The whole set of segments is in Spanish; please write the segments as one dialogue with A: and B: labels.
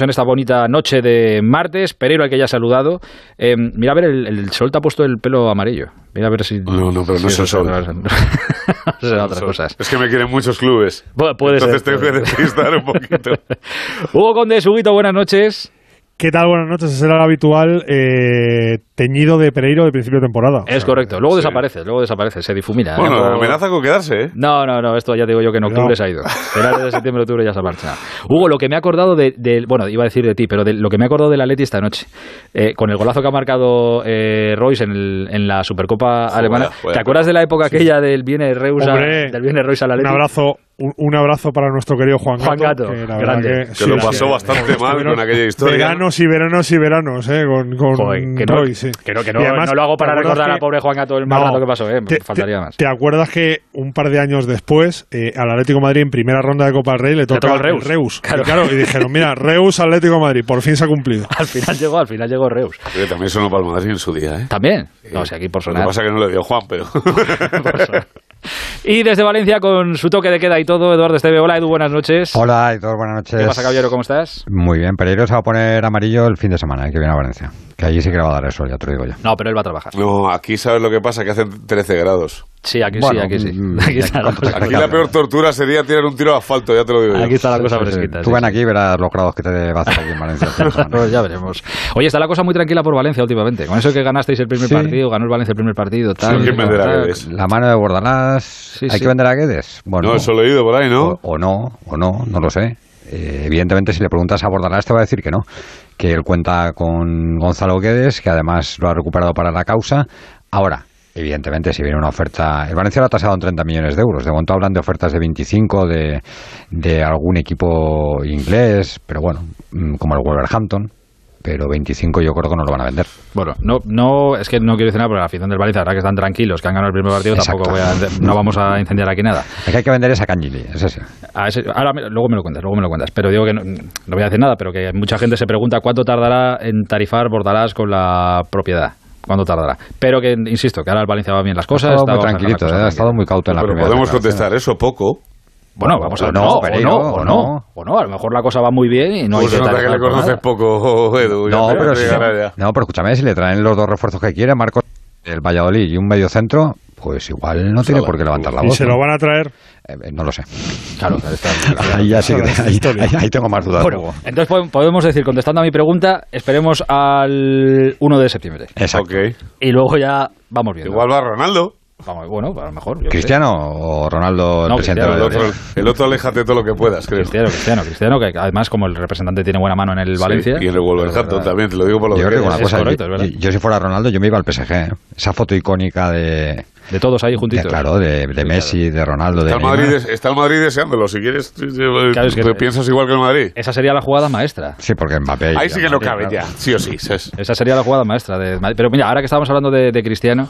A: en esta bonita noche de martes. Pereiro, al que ya ha saludado. Eh, mira a ver, el, el, sol te ha puesto el pelo amarillo. Mira a ver si.
B: No, no, pero
A: si
B: no es el sol.
A: Son otras cosas.
B: Es que me quieren muchos clubes.
A: Pu- puede ser,
B: Entonces tengo
A: puede
B: que despistar un poquito.
A: Hugo Conde, Huguito, buenas noches.
C: ¿Qué tal? Buenas noches. Ese era el habitual eh, teñido de Pereiro de principio de temporada.
A: Es correcto. Luego desaparece, luego desaparece, se difumina. ¿eh?
B: Bueno,
A: Luego-
B: amenaza con quedarse, ¿eh?
A: No, no, no, esto ya te digo yo que en octubre
C: No.
A: se ha ido. Finales de septiembre, octubre ya se ha marchado. Hugo, lo que me he acordado de, de- bueno, iba a decir de ti, pero de, lo que me he acordado del Atleti esta noche, eh, con el golazo que ha marcado eh, Royce en, el- en la Supercopa Alemana,
B: vaya
A: ¿te acuerdas de la época aquella del Viene Reus, a-
C: Hombre,
A: del Viene Reus al
C: Un
A: Atleti?
C: abrazo, un, un abrazo para nuestro querido Juan Gato.
A: Juan Gato,
C: que la verdad
A: grande.
C: Que,
A: Que
B: Que
C: sí,
B: lo
C: sí,
B: pasó
C: sí.
B: bastante mal
C: Estuvieron
B: con aquella historia.
C: Veranos y veranos y veranos, ¿eh? Con, con
A: Joder, que no,
C: Roy, sí.
A: que no, que no-
C: Y además,
A: no lo hago para
C: ¿te acuerdas
A: recordar
C: que-
A: a pobre Juan Gato el más
C: No,
A: rato que pasó, eh,
C: te-
A: faltaría
C: te-
A: más.
C: ¿Te acuerdas que un par de años después, eh, al Atlético de Madrid en primera ronda de Copa del Rey, le toca
A: toca el
C: el
A: Reus.
C: Reus?
A: Claro.
C: Y, claro, y dijeron, mira, Reus Atlético de Madrid, por fin se ha cumplido.
A: Al final llegó, al final llegó Reus.
B: Oye, también sonó para el Madrid en su día, ¿eh?
A: También. No, sé, aquí por
B: Lo que
A: sonar.
B: pasa es que no le dio Juan, pero...
A: por sonar. Y desde Valencia, con su toque de queda y todo, Eduardo Esteve. Hola, Edu, buenas noches.
D: Hola, Editor, buenas noches.
A: ¿Qué pasa, caballero? ¿Cómo estás?
D: Muy bien, Pereiro se va a poner amarillo el fin de semana, eh, que viene a Valencia. Que allí sí que le va a dar el sol, ya te lo digo yo.
A: No, pero él va a trabajar.
B: No, aquí sabes lo que pasa, que hacen 13 grados.
A: Sí, aquí
D: Bueno,
A: sí, aquí sí.
D: mm,
A: Aquí
D: ya,
A: está la
D: ¿cuánto
A: cosa,
D: te
B: Aquí
D: Claro.
B: la peor tortura sería tirar un tiro de asfalto, ya te lo digo yo.
A: aquí está la cosa
D: Sí, sí.
A: fresquita.
D: Tú
A: sí,
D: ven
A: sí.
D: aquí y verás los grados que te va a hacer aquí en Valencia. el fin de semana.
A: Pues ya veremos. Oye, está la cosa muy tranquila por Valencia últimamente. Con eso que ganasteis el primer
D: Sí.
A: partido, ganó el Valencia el primer partido, tal.
B: ¿quién
A: tal,
B: venderá
A: tal.
B: Guedes?
D: La mano de Bordalás. ¿Hay
A: sí.
D: que vender a Guedes? Bueno,
B: No, eso lo he oído por ahí,
D: o,
B: ¿no?
D: o no, o no, no lo sé. Eh, evidentemente, si le preguntas a Bordalás, te va a decir que no. Que él cuenta con Gonzalo Guedes, que además lo ha recuperado para la causa. Ahora, evidentemente, si viene una oferta. El Valencia lo ha tasado en 30 millones de euros. De momento hablan de ofertas de 25, de, de algún equipo inglés, pero bueno, mm, como el Wolverhampton. Pero 25 yo creo que no lo van a vender.
A: Bueno, no, no, es que no quiero decir nada porque la afición del Valencia, ahora que están tranquilos, que han ganado el primer partido,
D: Exacto.
A: tampoco voy a- no vamos a incendiar aquí nada.
D: El que hay que vender es a Cañili, eso sí.
A: A ese- ahora me- luego me lo cuentas, luego me lo cuentas. Pero digo que no, no voy a decir nada, pero que mucha gente se pregunta cuánto tardará en tarifar Bordalás con la propiedad. ¿Cuánto tardará? Pero que, insisto, que ahora el Valencia va bien las
B: Pues
A: cosas.
D: ha
A: está-
D: estado muy
A: vamos a dejar
D: tranquilito,
A: las
D: eh,
A: cosas
D: ha estado
A: tranquilas.
D: muy cauto en la
B: Pero
D: primera.
B: podemos contestar eso poco.
A: Bueno, vamos a
D: O
A: ver.
D: Pues no,
A: No, o
D: Pereiro,
A: no, o no,
D: o no.
A: o no. A lo mejor la cosa va muy bien y no hay
B: Pues se nota que
A: tarifar
B: le
A: por
B: conoces
A: nada.
B: poco, Edu. Pues ya
D: No,
B: te-
D: pero
B: te
D: si-
B: llegará ya.
D: no, pero escúchame, si le traen los dos refuerzos que quiere, Marcos, el Valladolid y un medio centro, pues igual no tiene
B: Sala.
D: por qué levantar la
C: Y
D: voz.
C: se
D: ¿no?
C: lo van a traer.
D: Eh, no lo sé.
A: Claro, está-
D: Ahí ya sí que- ahí,
C: historia.
D: ahí- ahí tengo más dudas.
A: Bueno,
D: Hugo.
A: entonces po- podemos decir, contestando a mi pregunta, esperemos al 1 de septiembre.
D: Exacto.
B: Ok.
A: Y luego ya vamos viendo.
B: Igual va Ronaldo.
A: Vamos, bueno, a lo mejor. yo qué sé.
D: ¿Cristiano o Ronaldo, el
A: No,
D: presidente
A: Cristiano,
D: del
B: El otro,
D: Valladolid?
B: el otro aléjate todo lo que puedas, creo.
A: Cristiano, Cristiano, Cristiano, que además como el representante tiene buena mano en el
B: Sí,
A: Valencia. pues, eh,
B: Y en el Wolverhampton también, te lo digo por lo
D: Yo
B: que
D: creo que
B: creas.
D: una
A: es
D: cosa,
A: correcto,
D: yo,
A: es verdad.
D: yo- yo si fuera Ronaldo, yo me iba al PSG. ¿eh? Esa foto icónica de,
A: De todos ahí
D: de-
A: juntitos.
D: claro, de, de Messi, de Ronaldo, de
B: Está el, Madrid,
D: Neymar.
B: des- está el Madrid deseándolo. Si quieres, te- te-
A: Claro, es que- Eh,
B: te piensas igual que el Madrid.
A: Esa sería la jugada maestra.
D: Sí, porque Mbappé. y
B: Ahí sí que
D: demás.
B: no cabe ya, sí o sí. ¿sabes?
A: Esa sería la jugada maestra de Madrid. Pero mira, ahora que estábamos hablando de, de Cristiano,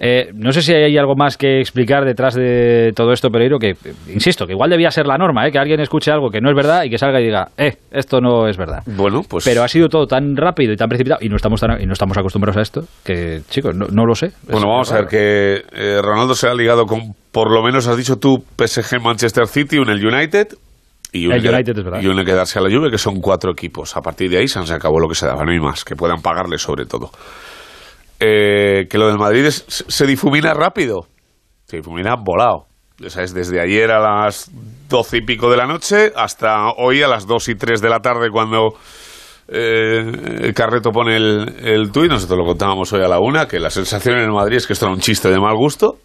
A: eh, no sé si hay algo más que explicar detrás de todo esto, Pereiro, que, eh, insisto, que igual debía ser la norma, ¿eh? que alguien escuche algo que no es verdad y que salga y diga, eh, esto no es verdad.
B: Bueno, pues.
A: Pero ha sido todo tan rápido y tan precipitado y no estamos, tan, y no estamos acostumbrados a esto, que chicos, no, no lo sé.
B: Bueno, vamos a ver que eh, Ronaldo se ha ligado con, por lo menos has dicho tú, PSG, Manchester City, un el United. Y
A: El United, es verdad.
B: Y uno quedarse a la lluvia, que son cuatro equipos. A partir de ahí se acabó lo que se daba, no hay más, que puedan pagarle sobre todo. Eh, que lo del Madrid es- se difumina rápido. Se difumina volado. O sea, es desde ayer a las doce y pico de la noche hasta hoy a las dos y tres de la tarde cuando eh, Carreto pone el, el tuit, nosotros lo contábamos hoy a la una, que la sensación en el Madrid es que esto era un chiste de mal gusto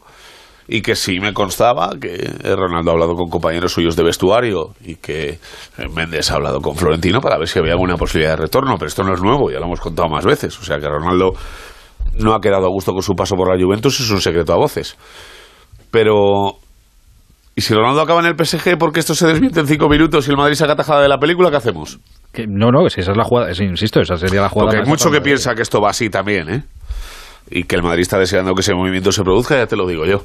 B: y que sí me constaba que eh, Ronaldo ha hablado con compañeros suyos de vestuario y que eh, Méndez ha hablado con Florentino para ver si había alguna posibilidad de retorno, pero esto no es nuevo, ya lo hemos contado más veces, o sea que Ronaldo no ha quedado a gusto con su paso por la Juventus, es un secreto a voces. Pero... ¿Y si Ronaldo acaba en el PSG porque esto se desmiente en cinco minutos y el Madrid saca tajada de la película, qué hacemos?
A: Que- no, no, si esa es la jugada, es- insisto, esa sería la jugada
B: Porque
A: maestra
B: hay mucho
A: para
B: que
A: Madrid.
B: piensa que esto va así también, ¿eh? y que el Madrid está deseando que ese movimiento se produzca, ya te lo digo yo.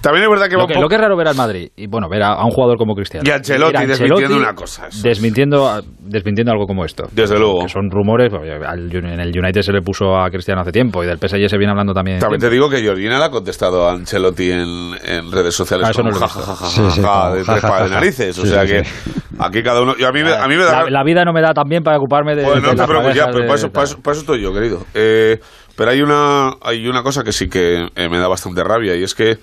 B: También es verdad que va
A: Lo
B: un
A: que,
B: poco-
A: lo que es raro ver al Madrid, y bueno, ver a, a un jugador como Cristiano.
B: Y Ancelotti
A: Ver a
B: desmintiendo una cosa, eso es.
A: Desmintiendo, a- desmintiendo algo como esto.
B: Desde luego.
A: Que son rumores, bueno, al- en el United se le puso a Cristiano hace tiempo, y del PSG se viene hablando también.
B: También te digo que Georgina le ha contestado a Ancelotti en, en redes sociales
A: Ah, eso
B: con
A: no lo he
B: ja,
A: visto.
B: ja, ja, ja,
D: Sí, sí,
B: ja,
D: como
B: de
D: ja,
B: tres pares
D: ja, ja,
B: de
D: ja.
B: narices. O
D: Sí,
B: sea
D: sí,
B: que
D: sí.
B: aquí cada uno... Yo a mí me, a mí me da...
A: la, la vida no me da también para ocuparme de.
B: Bueno,
A: de
B: no te
A: las
B: preocupes, ya,
A: parejas
B: pero
A: de-
B: para eso, para eso- para eso estoy yo, querido. Eh, pero hay una, hay una cosa que sí que eh, me da bastante rabia y es que, eh,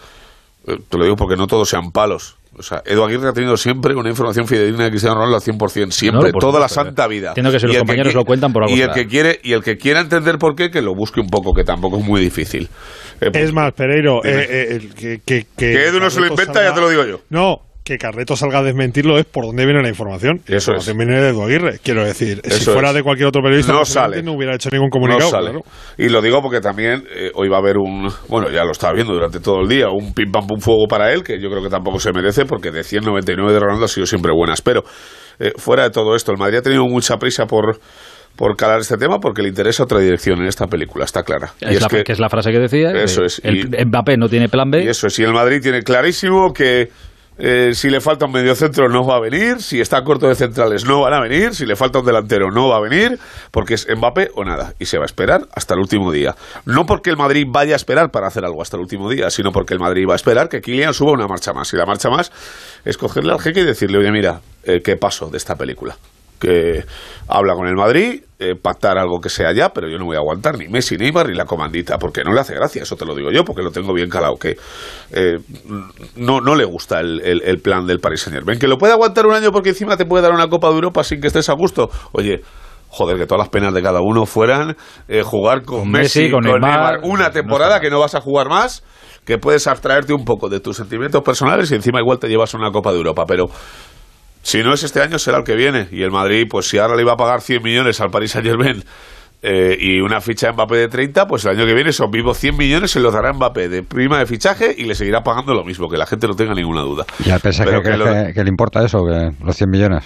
B: te lo digo porque no todos sean palos. O sea, Edu Aguirre ha tenido siempre una información fidedigna de Cristiano Ronaldo al 100%, siempre,
A: No, por
B: toda la
A: supuesto,
B: santa
A: eh.
B: vida.
A: Entiendo que si
B: Y
A: los
B: el
A: compañeros
B: qui-
A: lo cuentan, por algo
B: y el
A: será.
B: que quiere Y el que quiera entender por qué, que lo busque un poco, que tampoco es muy difícil. Eh, pues,
C: Es más, Pereiro,
B: Dime.
C: eh, eh, el que, que,
B: Que Edu no se lo
C: Carleto
B: inventa, ya te lo digo yo.
C: No, que Carreto salga a desmentirlo es por dónde viene la información. La
B: Eso
C: información viene de Edu Aguirre. Quiero decir, si
B: Eso
C: fuera
B: es.
C: de cualquier otro periodista,
B: No
C: posiblemente
B: sale.
C: no hubiera hecho ningún comunicado.
B: No sale.
C: claro.
B: Y lo digo porque también eh, hoy va a haber un. Bueno, ya lo estaba viendo durante todo el día, un pim pam pum fuego para él, que yo creo que tampoco se merece, porque de 199 de Ronaldo ha sido siempre buenas. Pero eh, fuera de todo esto, el Madrid ha tenido mucha prisa por, por calar este tema porque le interesa otra dirección en esta película, está clara.
A: Es, la, que, es la frase que decía. que
B: Eso es,
A: El,
B: y-
A: Mbappé no tiene plan B.
B: y eso es, y el Madrid tiene clarísimo que eh, si le falta un mediocentro no va a venir, si está corto de centrales no van a venir, si le falta un delantero no va a venir, porque es Mbappé o nada, y se va a esperar hasta el último día. No porque el Madrid vaya a esperar para hacer algo hasta el último día, sino porque el Madrid va a esperar que Kylian suba una marcha más, y la marcha más es cogerle al jeque y decirle, oye, mira, eh, ¿qué paso de esta película? que habla con el Madrid, eh, pactar algo que sea ya, pero yo no voy a aguantar ni Messi, ni Neymar, ni la comandita, porque no le hace gracia, eso te lo digo yo, porque lo tengo bien calado, que eh, no, no le gusta el, el- el plan del Paris Saint Germain. Que lo puede aguantar un año porque encima te puede dar una Copa de Europa sin que estés a gusto. Oye, joder, que todas las penas de cada uno fueran eh, jugar con,
A: Con
B: Messi,
A: Messi,
B: con,
A: con
B: Neymar,
A: Neymar,
B: una
A: no
B: temporada
A: está
B: que no vas a jugar más, que puedes abstraerte un poco de tus sentimientos personales y encima igual te llevas una Copa de Europa, pero... Si no es este año, será el que viene. Y el Madrid, pues si ahora le iba a pagar 100 millones al Paris Saint-Germain eh, y una ficha de Mbappé de 30, pues el año que viene esos mismos 100 millones se los dará Mbappé de prima de fichaje y le seguirá pagando lo mismo, que la gente no tenga ninguna duda.
D: ¿Y al PSG
B: Pero
D: crees
B: que
D: que,
B: lo-
D: que le importa eso, que los 100 millones?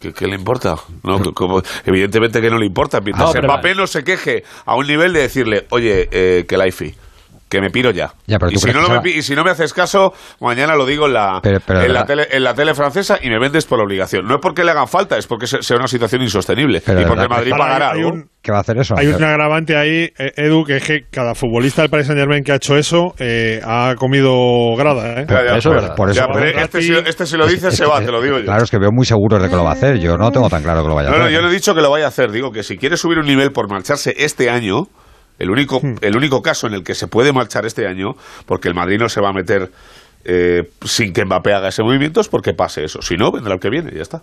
B: ¿Qué, qué le importa? No, que- como- evidentemente que no le importa. Mientras
A: No, pero-
B: Mbappé no se queje a un nivel de decirle, oye, eh, que la IFI, que me piro ya.
D: Ya, pero
B: y,
D: tú
B: si
D: crees
B: no lo
D: que
B: me
D: esa-
B: pi- y si no me haces caso, mañana lo digo en la,
D: Pero- pero
B: en,
D: de
B: la
D: verdad-
B: tele, en la tele francesa y me vendes por obligación. No es porque le hagan falta, es porque se- sea una situación insostenible.
D: Pero
B: y
D: de
B: porque
D: verdad-
B: Madrid
C: Claro, hay-
B: pagará
C: hay
B: algo.
C: un-
D: ¿Qué va a hacer eso?
C: Hay un agravante ahí, eh, Edu, que es que cada futbolista del Paris Saint Germain que ha hecho eso eh, ha comido grada. ¿eh?
B: Ya, ya,
A: pues Eso
B: pero-
A: es verdad.
D: Por eso-
B: ya, pero este, si, este si lo dice se va, te lo digo yo.
D: Claro, es que veo muy seguros de que lo va a hacer. Yo no tengo tan claro que lo vaya a
B: No,
D: hacer.
B: no, yo no he dicho que lo vaya a hacer. Digo que si quiere subir un nivel por marcharse este año, el único,
A: Hmm.
B: el único caso en el que se puede marchar este año, porque el Madrid no se va a meter eh, sin que Mbappé haga ese movimiento, es porque pase eso. Si no, vendrá el que viene, y ya está.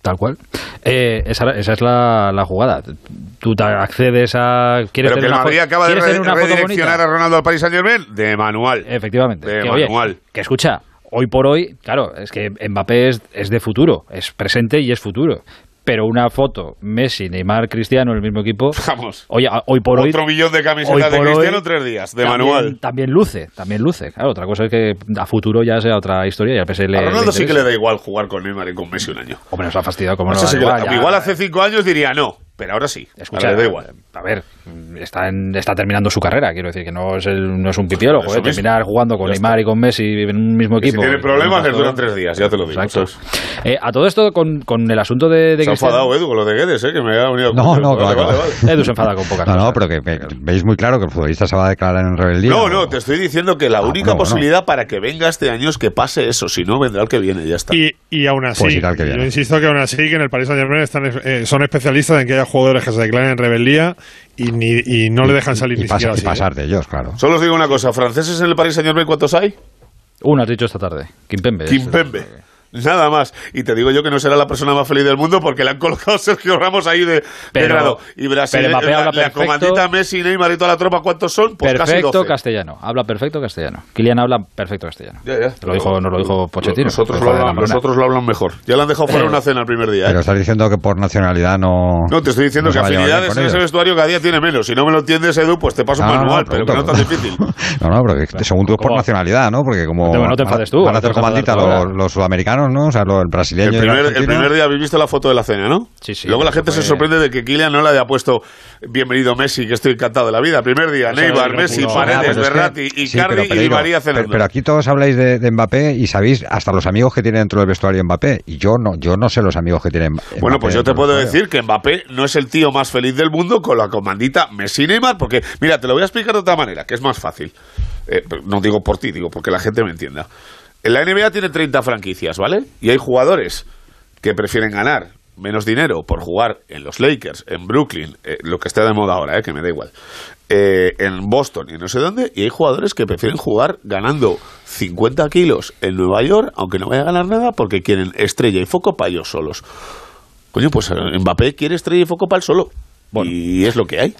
A: Tal cual. Eh, esa, esa es la, la jugada. Tú te accedes a. ¿Quieres
B: Pero que
A: tener
B: el
A: una,
B: Madrid
A: fo-
B: acaba de
A: ¿quieres
B: re-
A: tener una foto
B: redireccionar
A: bonita? Eh,
B: a Ronaldo al Paris Saint Germain de manual.
A: Efectivamente.
B: De
A: que, oye,
B: manual.
A: que escucha, hoy por hoy, claro, es que Mbappé es, es de futuro, es presente y es futuro. Pero una foto, Messi, Neymar, Cristiano, el mismo equipo.
B: Vamos.
A: Oye, a- hoy por hoy.
B: Otro millón de
A: hoy
B: camisetas de
A: por
B: Cristiano
A: hoy,
B: tres días, de
A: también-
B: manual.
A: También luce, también luce. Claro, otra cosa es que a futuro ya sea otra historia y al PSG le.
B: A Ronaldo
A: le
B: sí que
A: interesa.
B: le da igual jugar con Neymar y con Messi un año.
A: Hombre, nos la ha fastidiado como no.
B: Eso
A: da
B: sí que
A: igual,
B: le-
A: ya.
B: igual hace cinco años diría no, pero ahora sí.
A: Escucha,
B: Ahora le da igual.
A: A ver, está, en- está terminando su carrera, quiero decir, que no es, el, no es un pipiolo,
B: Eso
A: joder,
B: mismo.
A: terminar jugando con
B: Ya
A: Neymar y con Messi en un mismo
B: Que si
A: equipo. pues
B: tiene problemas les duran
A: durante
B: tres días, ya te lo digo.
A: Exacto.
B: Eso es.
A: Eh, a todo esto, con, con el asunto de, de
B: Se ha
A: Cristiano-
B: enfadado Edu con lo de Guedes, ¿eh? que me ha unido.
D: No, no,
B: vale,
D: que va,
B: vale,
D: que va.
B: vale.
A: Edu se enfada con pocas
D: No, no,
A: cosas.
D: pero que ve- veis muy claro que el futbolista se va a declarar en rebeldía.
B: No,
D: o-
B: no, te estoy diciendo que la
D: Ah,
B: única
D: bueno,
B: posibilidad para que venga este año es que pase eso. Si no, vendrá el que viene, ya está.
C: Y, y aún así,
D: Pues irá al que viene.
C: yo insisto que aún así que en el Paris Saint Germain están, eh, son especialistas en que haya jugadores que se declaren en rebeldía y, ni, y no le dejan salir
D: y,
C: ni
D: pasa-
C: siquiera
D: y
C: así. ¿eh?
D: pasar de ellos, claro.
B: Solo os digo una cosa: franceses en el Paris Saint Germain, ¿cuántos hay?
A: Uno Uh, has dicho esta tarde. Kimpembe.
B: Kimpembe. Nada más. Y te digo yo que no será la persona más feliz del mundo porque le han colocado Sergio Ramos ahí de, de
A: Pero-
B: grado. Y Brasil,
A: pero Mbappé
B: la-
A: habla
B: la,
A: perfecto.
B: comandita Messi, Neymar y toda la tropa, ¿cuántos son? Pues casi
A: perfecto
B: 12.
A: castellano. Habla perfecto castellano. Kylian habla perfecto castellano.
B: Ya, ya.
A: Lo dijo, nos lo dijo Pochettino.
B: Nosotros
A: Dijo
B: lo,
A: de la
B: hablan,
A: Morena.
B: nosotros lo hablan mejor. Ya le han dejado fuera
A: Eh.
B: una cena el primer día. ¿eh?
D: Pero estás diciendo que por nacionalidad no.
B: No, te estoy diciendo
D: no
B: que
D: se va a llevar bien
B: afinidades
D: con
B: en ese
D: ellos.
B: vestuario cada día tiene menos. Si no me lo entiendes, Edu, pues te paso un
D: Ah, No, no, no,
B: manual, pero que no
D: pregunto,
B: tan difícil.
D: No, no, pero que según tú es por
A: ¿Cómo?
D: nacionalidad, ¿no? Porque como
A: No te- no te
D: van a-
A: enfades tú,
D: van a
A: no te
D: hacer
A: vas a enfadar
D: comandita
A: tú ahora.
D: los, los sudamericanos, mexicanos, ¿no? O sea, lo- el brasileño.
B: El
D: y el
B: primer, el
D: argentino.
B: primer día habéis visto la foto de la cena, ¿no?
A: Sí, sí,
B: Luego la
A: porque
B: gente se
D: pues,
A: fue-
B: sorprende de que Kylian no le haya puesto bienvenido Messi, que estoy encantado de la vida. Primer día,
C: Eso
B: Neymar,
C: es
B: Messi,
C: ridículo.
D: Ah,
B: Paredes,
D: pero es que-
B: Berratti,
D: sí, pero
B: Icardi y Di
D: peligro.
B: María
D: pero,
B: cenando.
D: pero aquí todos habláis de, de Mbappé y sabéis hasta los amigos que tiene dentro del vestuario Mbappé. Y yo no, yo no sé los amigos que tiene Mbappé.
B: Bueno, pues yo te
D: dentro
B: puedo
D: del vestuario.
B: decir que Mbappé no es el tío más feliz del mundo con la comandita Messi Neymar, porque, mira, te lo voy a explicar de otra manera, que es más fácil. Eh, pero no digo por ti, digo porque la gente me entienda. En la NBA tiene 30 franquicias, ¿vale? Y hay jugadores que prefieren ganar menos dinero por jugar en los Lakers, en Brooklyn, eh, lo que está de moda ahora, eh, que me da igual, eh, en Boston y no sé dónde, y hay jugadores que prefieren jugar ganando 50 kilos en Nueva York, aunque no vaya a ganar nada, porque quieren estrella y foco para ellos solos. Coño, pues eh, Mbappé quiere estrella y foco para el solo. Y es lo que hay.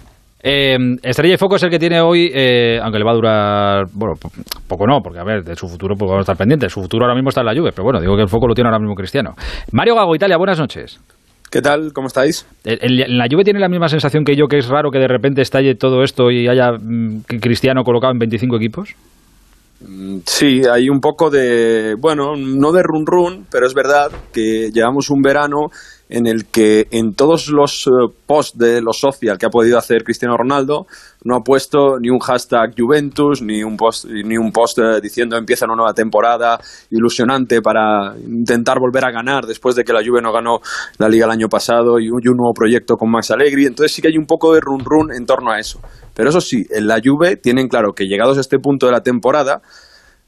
A: Eh, Estrella y Foco es el que tiene hoy, eh, aunque le va a durar, bueno, po- poco no, porque a ver, de su futuro poco vamos a estar pendientes. Su futuro ahora mismo está en la lluvia, pero bueno, digo que el foco lo tiene ahora mismo Cristiano. Mario Gago, Italia, buenas noches.
E: ¿Qué tal? ¿Cómo estáis?
A: El- el- En la lluvia tiene la misma sensación que yo, que es raro que de repente estalle todo esto y haya mm, que Cristiano colocado en 25 equipos.
E: Mm, Sí, hay un poco de, bueno, no de run run, pero es verdad que llevamos un verano en el que en todos los eh, posts de los social que ha podido hacer Cristiano Ronaldo no ha puesto ni un hashtag Juventus, ni un post, ni un post eh, diciendo empieza una nueva temporada ilusionante para intentar volver a ganar después de que la Juve no ganó la liga el año pasado y un, y un nuevo proyecto con Max Allegri. Entonces sí que hay un poco de run run en torno a eso. Pero eso sí, en la Juve tienen claro que llegados a este punto de la temporada,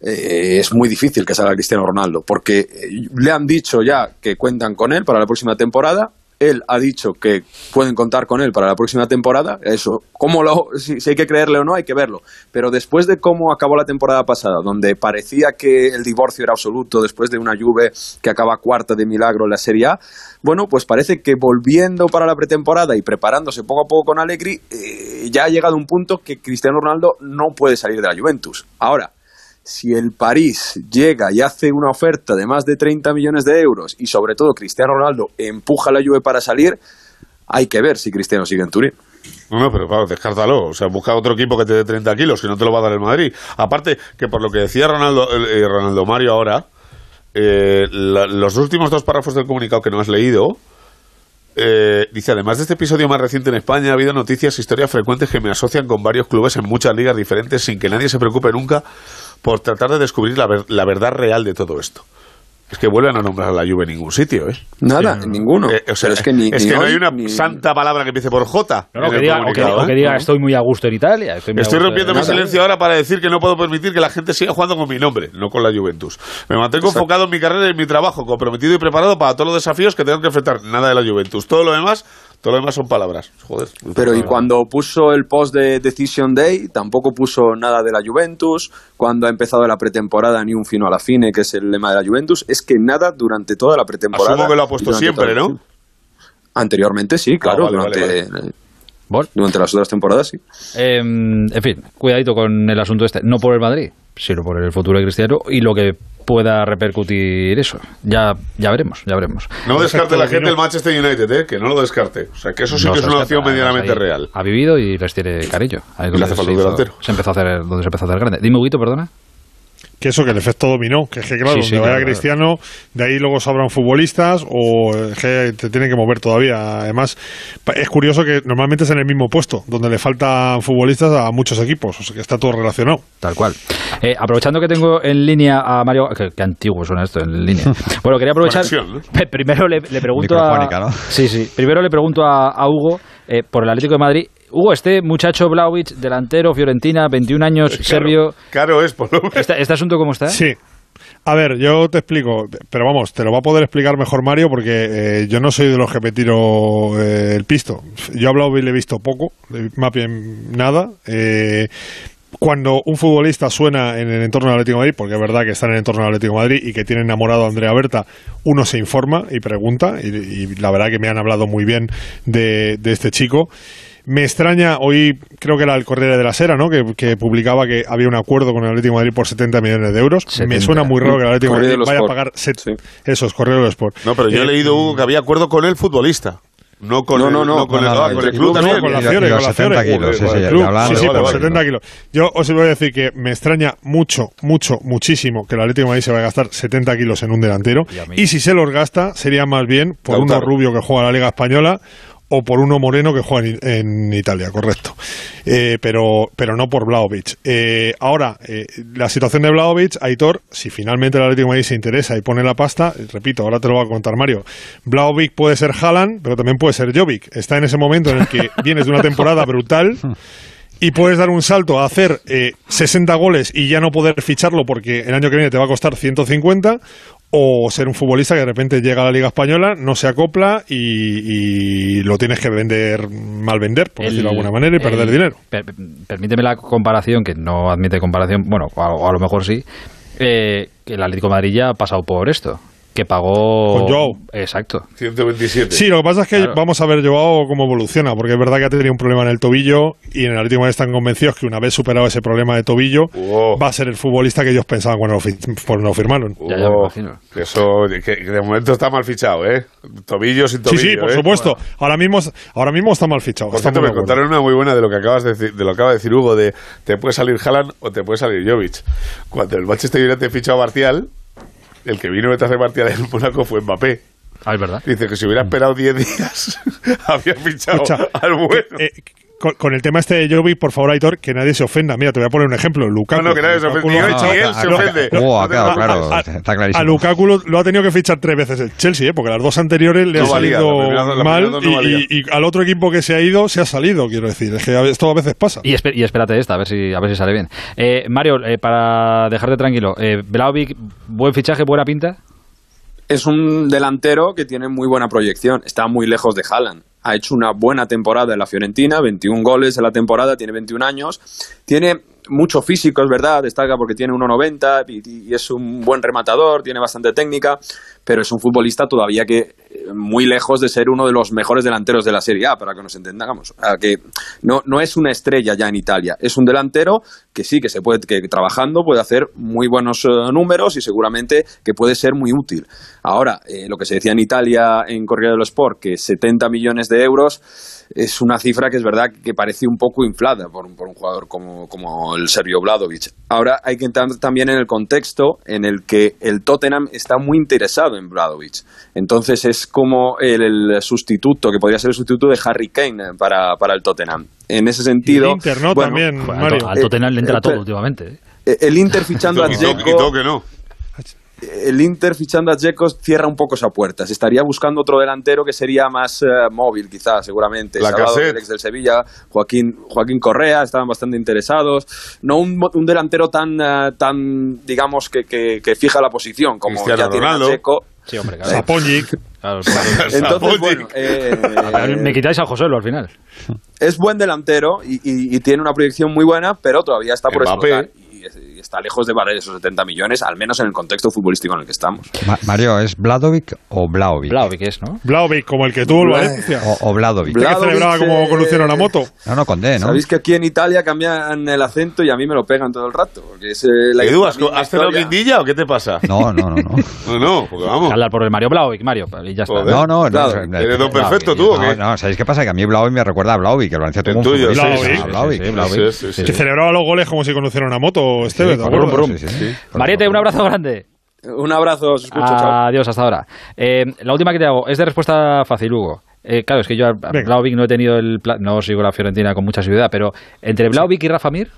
E: eh, es muy difícil que salga Cristiano Ronaldo, porque eh, le han dicho ya que cuentan con él para la próxima temporada. Él ha dicho que pueden contar con él para la próxima temporada. Eso, cómo lo, si, si hay que creerle o no, hay que verlo. Pero después de cómo acabó la temporada pasada, donde parecía que el divorcio era absoluto, después de una Juve que acaba cuarta de milagro en la Serie A, bueno, pues parece que volviendo para la pretemporada y preparándose poco a poco con Allegri, eh, ya ha llegado un punto que Cristiano Ronaldo no puede salir de la Juventus. Ahora, si el París llega y hace una oferta de más de 30 millones de euros y sobre todo Cristiano Ronaldo empuja a la Juve para salir, hay que ver si Cristiano sigue en Turín.
B: No, pero claro, descártalo. O sea, busca otro equipo que te dé 30 kilos, que no te lo va a dar el Madrid. Aparte, que por lo que decía Ronaldo, eh, eh, Ronaldo Mario ahora, eh, la- los últimos dos párrafos del comunicado que no has leído, eh, dice, además de este episodio más reciente en España, ha habido noticias e historias frecuentes que me asocian con varios clubes en muchas ligas diferentes sin que nadie se preocupe nunca por tratar de descubrir la, ver- la verdad real de todo esto. Es que vuelven a nombrar a la Juve en ningún sitio, ¿eh?
E: Nada, ninguno.
B: Eh, o sea,
E: Pero es que, ni, ni
B: no
E: hoy,
B: hay una
E: ni-
B: santa palabra que empiece por J.
A: No, no,
B: en
A: que
B: el
A: diga, o que,
B: comunicado,
A: o que
B: ¿eh?
A: diga estoy muy a gusto en Italia. muy a
B: Estoy
A: gusto en-
B: rompiendo mi
A: Nada.
B: silencio ahora para decir que no puedo permitir que la gente siga jugando con mi nombre, no con la Juventus. Me mantengo
E: Exacto.
B: enfocado en mi carrera y en mi trabajo, comprometido y preparado para todos los desafíos que tengo que enfrentar. Nada de la Juventus. Todo lo demás, todo lo demás son palabras. Joder.
E: Pero y cuando puso el post de Decision Day, tampoco puso nada de la Juventus. Cuando ha empezado la pretemporada, ni un fino a la fine, que es el lema de la Juventus. Es que nada durante toda la pretemporada.
B: Asumo que lo ha
E: y
B: puesto
E: durante
B: siempre,
E: todo-
B: ¿no? Ah,
E: Anteriormente sí, claro.
B: vale, vale,
E: durante,
A: Bueno,
E: durante las otras temporadas sí.
A: eh, en fin, cuidadito con el asunto este. No por el Madrid, sino por el futuro de Cristiano y lo que pueda repercutir eso. Ya, ya veremos, ya veremos.
B: No descarte la
C: Exacto,
B: gente
C: no.
B: el Manchester United, ¿eh? que no lo descarte. O sea, que eso sí
A: No
B: que
A: se
B: es una
A: escapa,
B: opción
A: además,
B: medianamente
A: ahí
B: real.
A: Ha vivido y les tiene cariño. Ahí es
B: le
A: donde
B: hace
A: se
B: falta un
A: hizo-
B: delantero.
A: se empezó a hacer, donde se empezó a hacer grande. Dime, Huguito, perdona.
C: Que eso, que el efecto dominó, que es que claro,
A: Sí, sí,
C: donde vaya
A: claro,
C: Cristiano, de ahí luego sabrán futbolistas o eh, que te tienen que mover todavía. Además, pa- es curioso que normalmente es en el mismo puesto, donde le faltan futbolistas a muchos equipos, o sea que está todo relacionado.
A: Tal cual. Eh, aprovechando que tengo en línea a Mario. Qué, qué antiguo suena esto en línea. Bueno, quería aprovechar.
B: Conexión, ¿no?
A: Pe- Primero le, le pregunto a.
D: Microfónica, ¿no?
A: Sí, sí. Primero le pregunto a, a Hugo eh, por el Atlético de Madrid. Hugo, este muchacho Blaovic, delantero, Fiorentina, 21 años, serbio.
B: Caro es, por lo menos.
A: ¿Este, este asunto cómo está?
C: Sí. A ver, yo te explico, pero vamos, te lo va a poder explicar mejor Mario porque eh, yo no soy de los que me tiro eh, el pisto. Yo he hablado y le he visto poco, le- más bien nada. Eh, cuando un futbolista suena en el entorno del Atlético de Madrid, porque es verdad que está en el entorno del Atlético de Madrid y que tiene enamorado a Andrea Berta, uno se informa y pregunta, y, y la verdad que me han hablado muy bien de, de este chico. Me extraña, hoy creo que era el Corriere de la Sera, ¿no? Que, que publicaba que había un acuerdo con el Atlético de Madrid por 70 millones de euros.
A: 70.
C: Me suena muy raro que el Atlético de
E: Corriere
C: Madrid
E: dello
C: vaya a pagar
E: Sport.
C: set-
E: Sí.
C: esos Corriere de Sport.
B: No, pero yo
C: Eh,
B: he leído Hugo, que había acuerdo con el futbolista. No con
E: No,
B: el,
E: no, no.
B: con el,
D: No, no,
B: ah, con el
D: el
B: club
D: club
B: también.
C: No, con la
D: Mira,
C: Fiore,
D: los
C: con la
D: 70
C: Fiore.
D: kilos,
C: Joder,
D: ese ya,
C: club,
D: ya hablábamos,
C: sí, sí,
B: vale,
C: por
B: vale.
C: 70 kilos. Yo os voy a decir que me extraña mucho, mucho, muchísimo que el Atlético de Madrid se vaya a gastar 70 kilos en un delantero.
A: Y a mí.
C: Y, si se los gasta, sería más bien por uno
B: Lautaro.
C: rubio que juega en la Liga Española o por uno moreno que juega en, en Italia, correcto. Eh, pero, pero no por Vlaovic. Eh, ahora, eh, la situación de Vlaovic, Aitor, si finalmente el Atlético de Madrid se interesa y pone la pasta, eh, repito, ahora te lo va a contar Mario, Vlaovic puede ser Haaland, pero también puede ser Jovic. Está en ese momento en el que vienes de una temporada brutal
A: Hmm.
C: y puedes dar un salto a hacer eh, 60 goles y ya no poder ficharlo porque el año que viene te va a costar 150 o ser un futbolista que de repente llega a la Liga Española, no se acopla y, y lo tienes que vender, mal vender, por
A: El-
C: decirlo de alguna manera, y perder
A: el-
C: dinero.
A: per- permíteme la comparación, que no admite comparación, bueno, a, o a lo mejor sí. eh, que el Atlético de Madrid ya ha pasado por esto, que pagó.
C: Con Joao.
A: Exacto.
B: 127.
C: Sí, lo que pasa es que
A: Claro.
C: vamos a ver Joao cómo evoluciona, porque es verdad que ha tenido un problema en el tobillo y en el Atlético de Madrid están convencidos que una vez superado ese problema de tobillo
B: Oh.
C: va a ser el futbolista que ellos pensaban cuando lo, fi- cuando lo firmaron.
A: Ya, ya me imagino.
B: Eso, que, que de momento está mal fichado, ¿eh? Tobillo sin tobillo.
C: sí, sí, por
B: ¿eh?
C: supuesto. Ahora mismo, ahora mismo está mal fichado.
B: Por
C: estamos
B: cierto,
C: de
B: me
C: acuerdo.
B: contaron una muy buena de lo que acabas de decir, de lo que acaba de decir Hugo, de te puede salir Haaland o te puede salir Jovic. Cuando el Manchester United fichó a Martial, el que vino detrás de Martial en Mónaco fue Mbappé.
A: Ah, es verdad.
B: Dice que si hubiera esperado 10 días, había fichado
C: Mm. Escucha,
B: al bueno.
C: eh, con, con el tema este de Jovic, por favor, Aitor, que nadie se ofenda. Mira, te voy a poner un ejemplo. Lukaku.
B: No, no, que nadie se
C: Lukaku
B: ofenda.
C: lo ha
B: Yo he
C: fichado-
B: dicho, él se
C: lo-
B: ofende.
D: Oh, ha quedado
B: A-
D: claro,
C: a-
D: está
C: A
D: clarísimo.
C: Lukaku lo, lo ha tenido que fichar tres veces el Chelsea, ¿eh? porque las dos anteriores le
B: No
C: ha
B: valía,
C: salido
B: la primera- la primera
C: mal
B: dos no
C: y-
B: valía.
C: y, y al otro equipo que se ha ido se ha salido, quiero decir. Es que a- esto a veces pasa.
A: Y, espe- y espérate esta, a ver si, a ver si sale bien. Eh, Mario, eh, para dejarte tranquilo, eh, Vlahovic, buen fichaje, buena pinta.
E: es un delantero que tiene muy buena proyección. Está muy lejos de Haaland. Ha hecho una buena temporada en la Fiorentina, 21 goles en la temporada, tiene 21 años. Tiene mucho físico, es verdad, destaca porque tiene 1,90 y, y es un buen rematador, tiene bastante técnica, pero es un futbolista todavía que eh, muy lejos de ser uno de los mejores delanteros de la Serie A, para que nos entendamos. O sea, que no, no es una estrella ya en Italia, es un delantero que sí, que se puede, que trabajando puede hacer muy buenos eh, números y seguramente que puede ser muy útil. Ahora, eh, lo que se decía en Italia en Corriere dello Sport, que 70 millones de euros es una cifra que es verdad que parece un poco inflada por, un- por un jugador como, como el serbio Vladovic. Ahora hay que entrar también en el contexto en el que el Tottenham está muy interesado en Vladovic. Entonces es como el, el sustituto, que podría ser el sustituto de Harry Kane para, para el Tottenham. En ese
C: Y el
E: sentido...
C: Inter, ¿no?
E: bueno,
C: También,
A: Bueno, al,
C: Mario.
A: to- al Tottenham le entra
E: Eh,
A: todo
E: eh,
A: últimamente. eh.
E: eh, El Inter fichando a
B: Y to- y
E: Dzeko-
B: to que no.
E: el Inter fichando a Dzeko cierra un poco esa puerta. Se estaría buscando otro delantero que sería más eh, móvil, quizás, seguramente.
B: La
E: Se ha hablado
B: Cassette.
E: del ex del Sevilla, Joaquín, Joaquín Correa, estaban bastante interesados. No un, mo- un delantero tan, eh, tan digamos, que, que- que fija la posición como
B: Cristiano
E: ya tiene
B: Ronaldo.
E: Dzeko.
A: Sí, hombre, claro.
C: Saponjic.
A: Claro, claro.
E: Entonces,
B: Saponjic.
E: bueno, eh,
A: Me quitáis a José al final.
E: es buen delantero y, y- y tiene una proyección muy buena, pero todavía está por
B: Mbappé.
E: explotar. Y, y está lejos de barrer esos 70 millones, al menos en el contexto futbolístico en el que estamos.
D: Ma- Mario, ¿es Vladovic o Blaovic?
A: Vlahovic es, ¿no?
C: Vlaovic, como el que tuvo el
E: Bla-
C: Valencia.
D: O, o Vladovic.
E: Bla-
C: Que celebraba como con Luciano la moto.
D: No, no, con D, ¿no?
E: Sabéis que aquí en Italia cambian el acento y a mí me lo pegan todo el rato. Porque es, eh, la
B: Edu,
E: la
B: ¿has,
E: misma
B: has cenado
E: historia.
B: guindilla o qué te pasa?
D: No, no, no.
B: No,
D: No,
B: no, porque vamos.
A: Hablar por el Mario Vlahovic, Mario, y ya está.
B: Joder.
D: no, no. no,
E: Claro,
D: no,
B: Eres
D: no,
B: don perfecto
A: Vlahovic,
B: tú o
D: no,
B: qué?
D: no, ¿sabéis qué pasa? Que a mí Blaovic me recuerda a Blaovic. El Valencia tuvo
B: El
D: un
B: tuyo,
D: futbolista-
C: sí, sí,
D: Ah,
C: sí,
D: Blaovic.
A: sí, Vlahovic.
B: Sí, sí, sí.
C: Que celebraba los goles como si conociera una moto, Esteve. ¿te acuerdas?
D: Sí, sí, sí.
A: Mariete, un abrazo grande.
E: Un abrazo, os escucho,
A: Ah,
E: chao.
A: Adiós, hasta ahora. Eh, la última que te hago es de respuesta fácil, Hugo. Eh, claro, es que yo a a
C: Venga.
A: Vlahovic no he tenido el... pla- no sigo la Fiorentina con mucha seguridad, pero entre Vlahovic y Rafa Mir,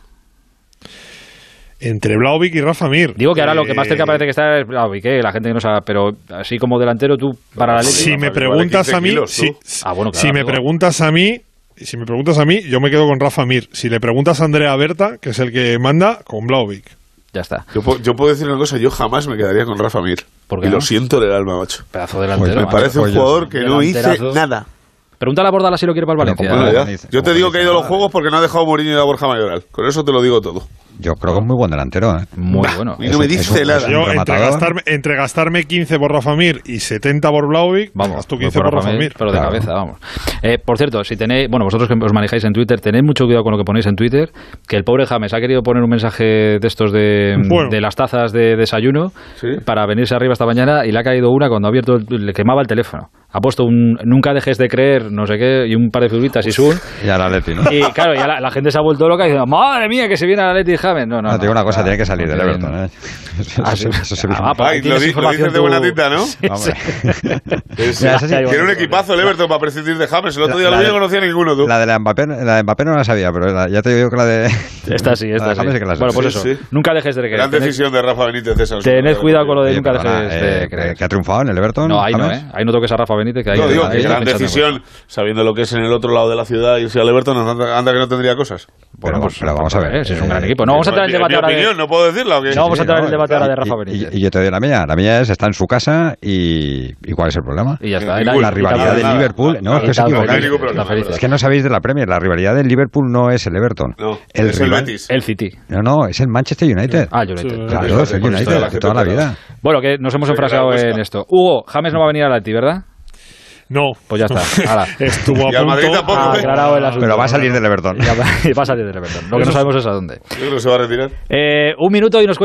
C: Entre Vlaovic y Rafa Mir.
A: digo que ahora lo que más
C: Eh,
A: cerca parece que está es Vlahovic, eh, la gente que no sabe, pero así como delantero tú para la Leti...
C: si me
B: Vale,
C: preguntas
B: 15
C: a mí,
B: kilos,
C: si,
B: tú.
A: Ah, bueno, claro,
C: si me
A: amigo.
C: preguntas a mí, si me preguntas a mí, yo me quedo con Rafa Mir. Si le preguntas a Andrea Berta, que es el que manda, con Blaovic.
A: Ya está.
B: Yo, puedo- yo puedo decir una cosa, yo jamás me quedaría con Rafa Mir.
A: ¿Por
B: porque
A: qué
B: y
A: no?
B: lo siento del alma, macho.
A: Pedazo delantero.
D: Pues me
B: Me
A: macho.
B: parece un
D: Oye,
B: jugador que no hice
A: delanterazo.
B: nada.
A: Pregúntale a Bordala si lo quiere para el
D: Pero
A: Valencia.
D: con Bordala.
A: ¿eh?
B: ¿Verdad?
D: dice,
B: Yo te
D: como
B: digo
D: dice,
B: que ha ido a los
D: Pues nada.
B: juegos porque no ha dejado a Mourinho y a Borja Mayoral. Con eso te lo digo todo.
D: Yo creo que es muy buen delantero, ¿eh?
A: Muy bueno.
B: Y no me
D: Es- es
B: dice
D: un-
B: nada.
D: un
C: Yo, entre
D: rematador.
C: gastarme, entre gastarme 15 por Rafa Mir y 70 por Blaovic,
A: Vamos,
C: gasto 15
A: no
C: por
A: por
C: Rafa
A: Ramírez,
C: Mir.
A: pero de
D: Claro.
A: cabeza, vamos. Eh, por cierto, si tenéis, bueno, vosotros que os manejáis en Twitter, tened mucho cuidado con lo que ponéis en Twitter, que el pobre James ha querido poner un mensaje de estos de,
C: Bueno.
A: de las tazas de desayuno
B: Sí.
A: para venirse arriba esta mañana y le ha caído una cuando ha abierto, el- le quemaba el teléfono. ha puesto un nunca dejes de creer, no sé qué, y un par de figuritas
B: Pues
A: y Sun.
D: Y ahora Leti, ¿no?
A: Y claro, ya la, la gente se ha vuelto loca diciendo, madre mía, que se viene a Leti James. No, no.
D: No, te digo una cosa,
A: claro,
D: tiene que salir
A: no
D: del
A: te
D: Everton,
A: viene.
D: ¿eh? pues, Eso,
A: Ah,
D: eso-
A: sí.
D: eso seguro.
A: Ah,
B: Ay,
A: tienes
B: lo, di- lo
A: información
B: dices de buena
A: tú.
B: tinta, ¿no?
D: Hombre.
B: Es-
D: Ya, esa sí.
B: Tiene un
A: bonito,
B: equipazo el Everton para prescindir de James. El otro día
D: La-
B: lo vi
D: la-
B: no conocía a ninguno, tú.
D: La de la Mbappé, la de Mbappé no la sabía, pero la- ya te digo yo que la de...
A: Esta sí, esta
D: La de
A: sí.
D: James sí que la
A: Bueno, pues eso,
B: sabes. Sí, sí.
A: nunca dejes de creer.
B: Gran
A: Tened-
B: decisión de Rafa Benítez de esa.
A: Tened cuidado con lo de
D: Oye,
A: nunca
D: perdona,
A: dejes de
D: eh,
A: creer.
D: que ha triunfado en el Everton,
A: No, ahí no,
D: James.
A: ¿eh? Ahí no toques a Rafa Benítez, que ahí
B: No, digo,
A: ahí
B: que
A: está
B: gran
A: pinchando.
B: decisión, sabiendo lo que es en el otro lado de la ciudad y si al Everton, anda, anda que no tendría cosas.
D: Pero- pues, pero vamos a ver,
A: eh, si es un
D: eh,
A: gran equipo. No, vamos a entrar en el
B: Es mi
A: debate ahora de...
B: opinión, ¿no puedo decirla o qué?
A: No, vamos a entrar en el
D: no,
A: debate
D: y-
A: ahora de
D: y-
A: Rafa
D: y-
A: Benítez.
D: Y, yo te doy la mía. La mía es, está en su casa y, y ¿cuál es el problema?
A: Y ya está.
B: Y
A: Y
B: la
D: la
A: y- y
D: rivalidad
A: tal-
B: nada,
D: del
B: nada.
D: Liverpool... No, es que
A: y
D: os
A: tal-
D: equivocáis.
B: no hay ningún problema,
A: la felicidad.
D: Es que no sabéis de la Premier. La rivalidad del Liverpool no es el Everton.
B: No,
D: el
B: es el
D: rival-
B: Betis.
A: El City.
D: No, no, es el Manchester United.
A: Ah, United.
C: Sí.
D: Claro, es el
B: Por esto de la
D: United de
B: gente,
D: toda la
B: pero-
D: vida.
A: Bueno, que nos hemos
B: Sí,
A: enfrasado
B: claro,
A: en
B: cuesta.
A: esto. Hugo, James no va a venir a la ti, ¿verdad?
C: No.
A: Pues ya está, ala.
C: Estuvo a
B: Y al
C: punto.
B: Madrid tampoco,
A: Ah,
B: ¿eh?
A: aclarado el asunto.
D: Pero va a salir del Everton.
A: Ya va, va a salir del Everton. Lo que no sabemos es a dónde.
B: Yo creo que se va a retirar.
A: Eh, un minuto y nos cuenta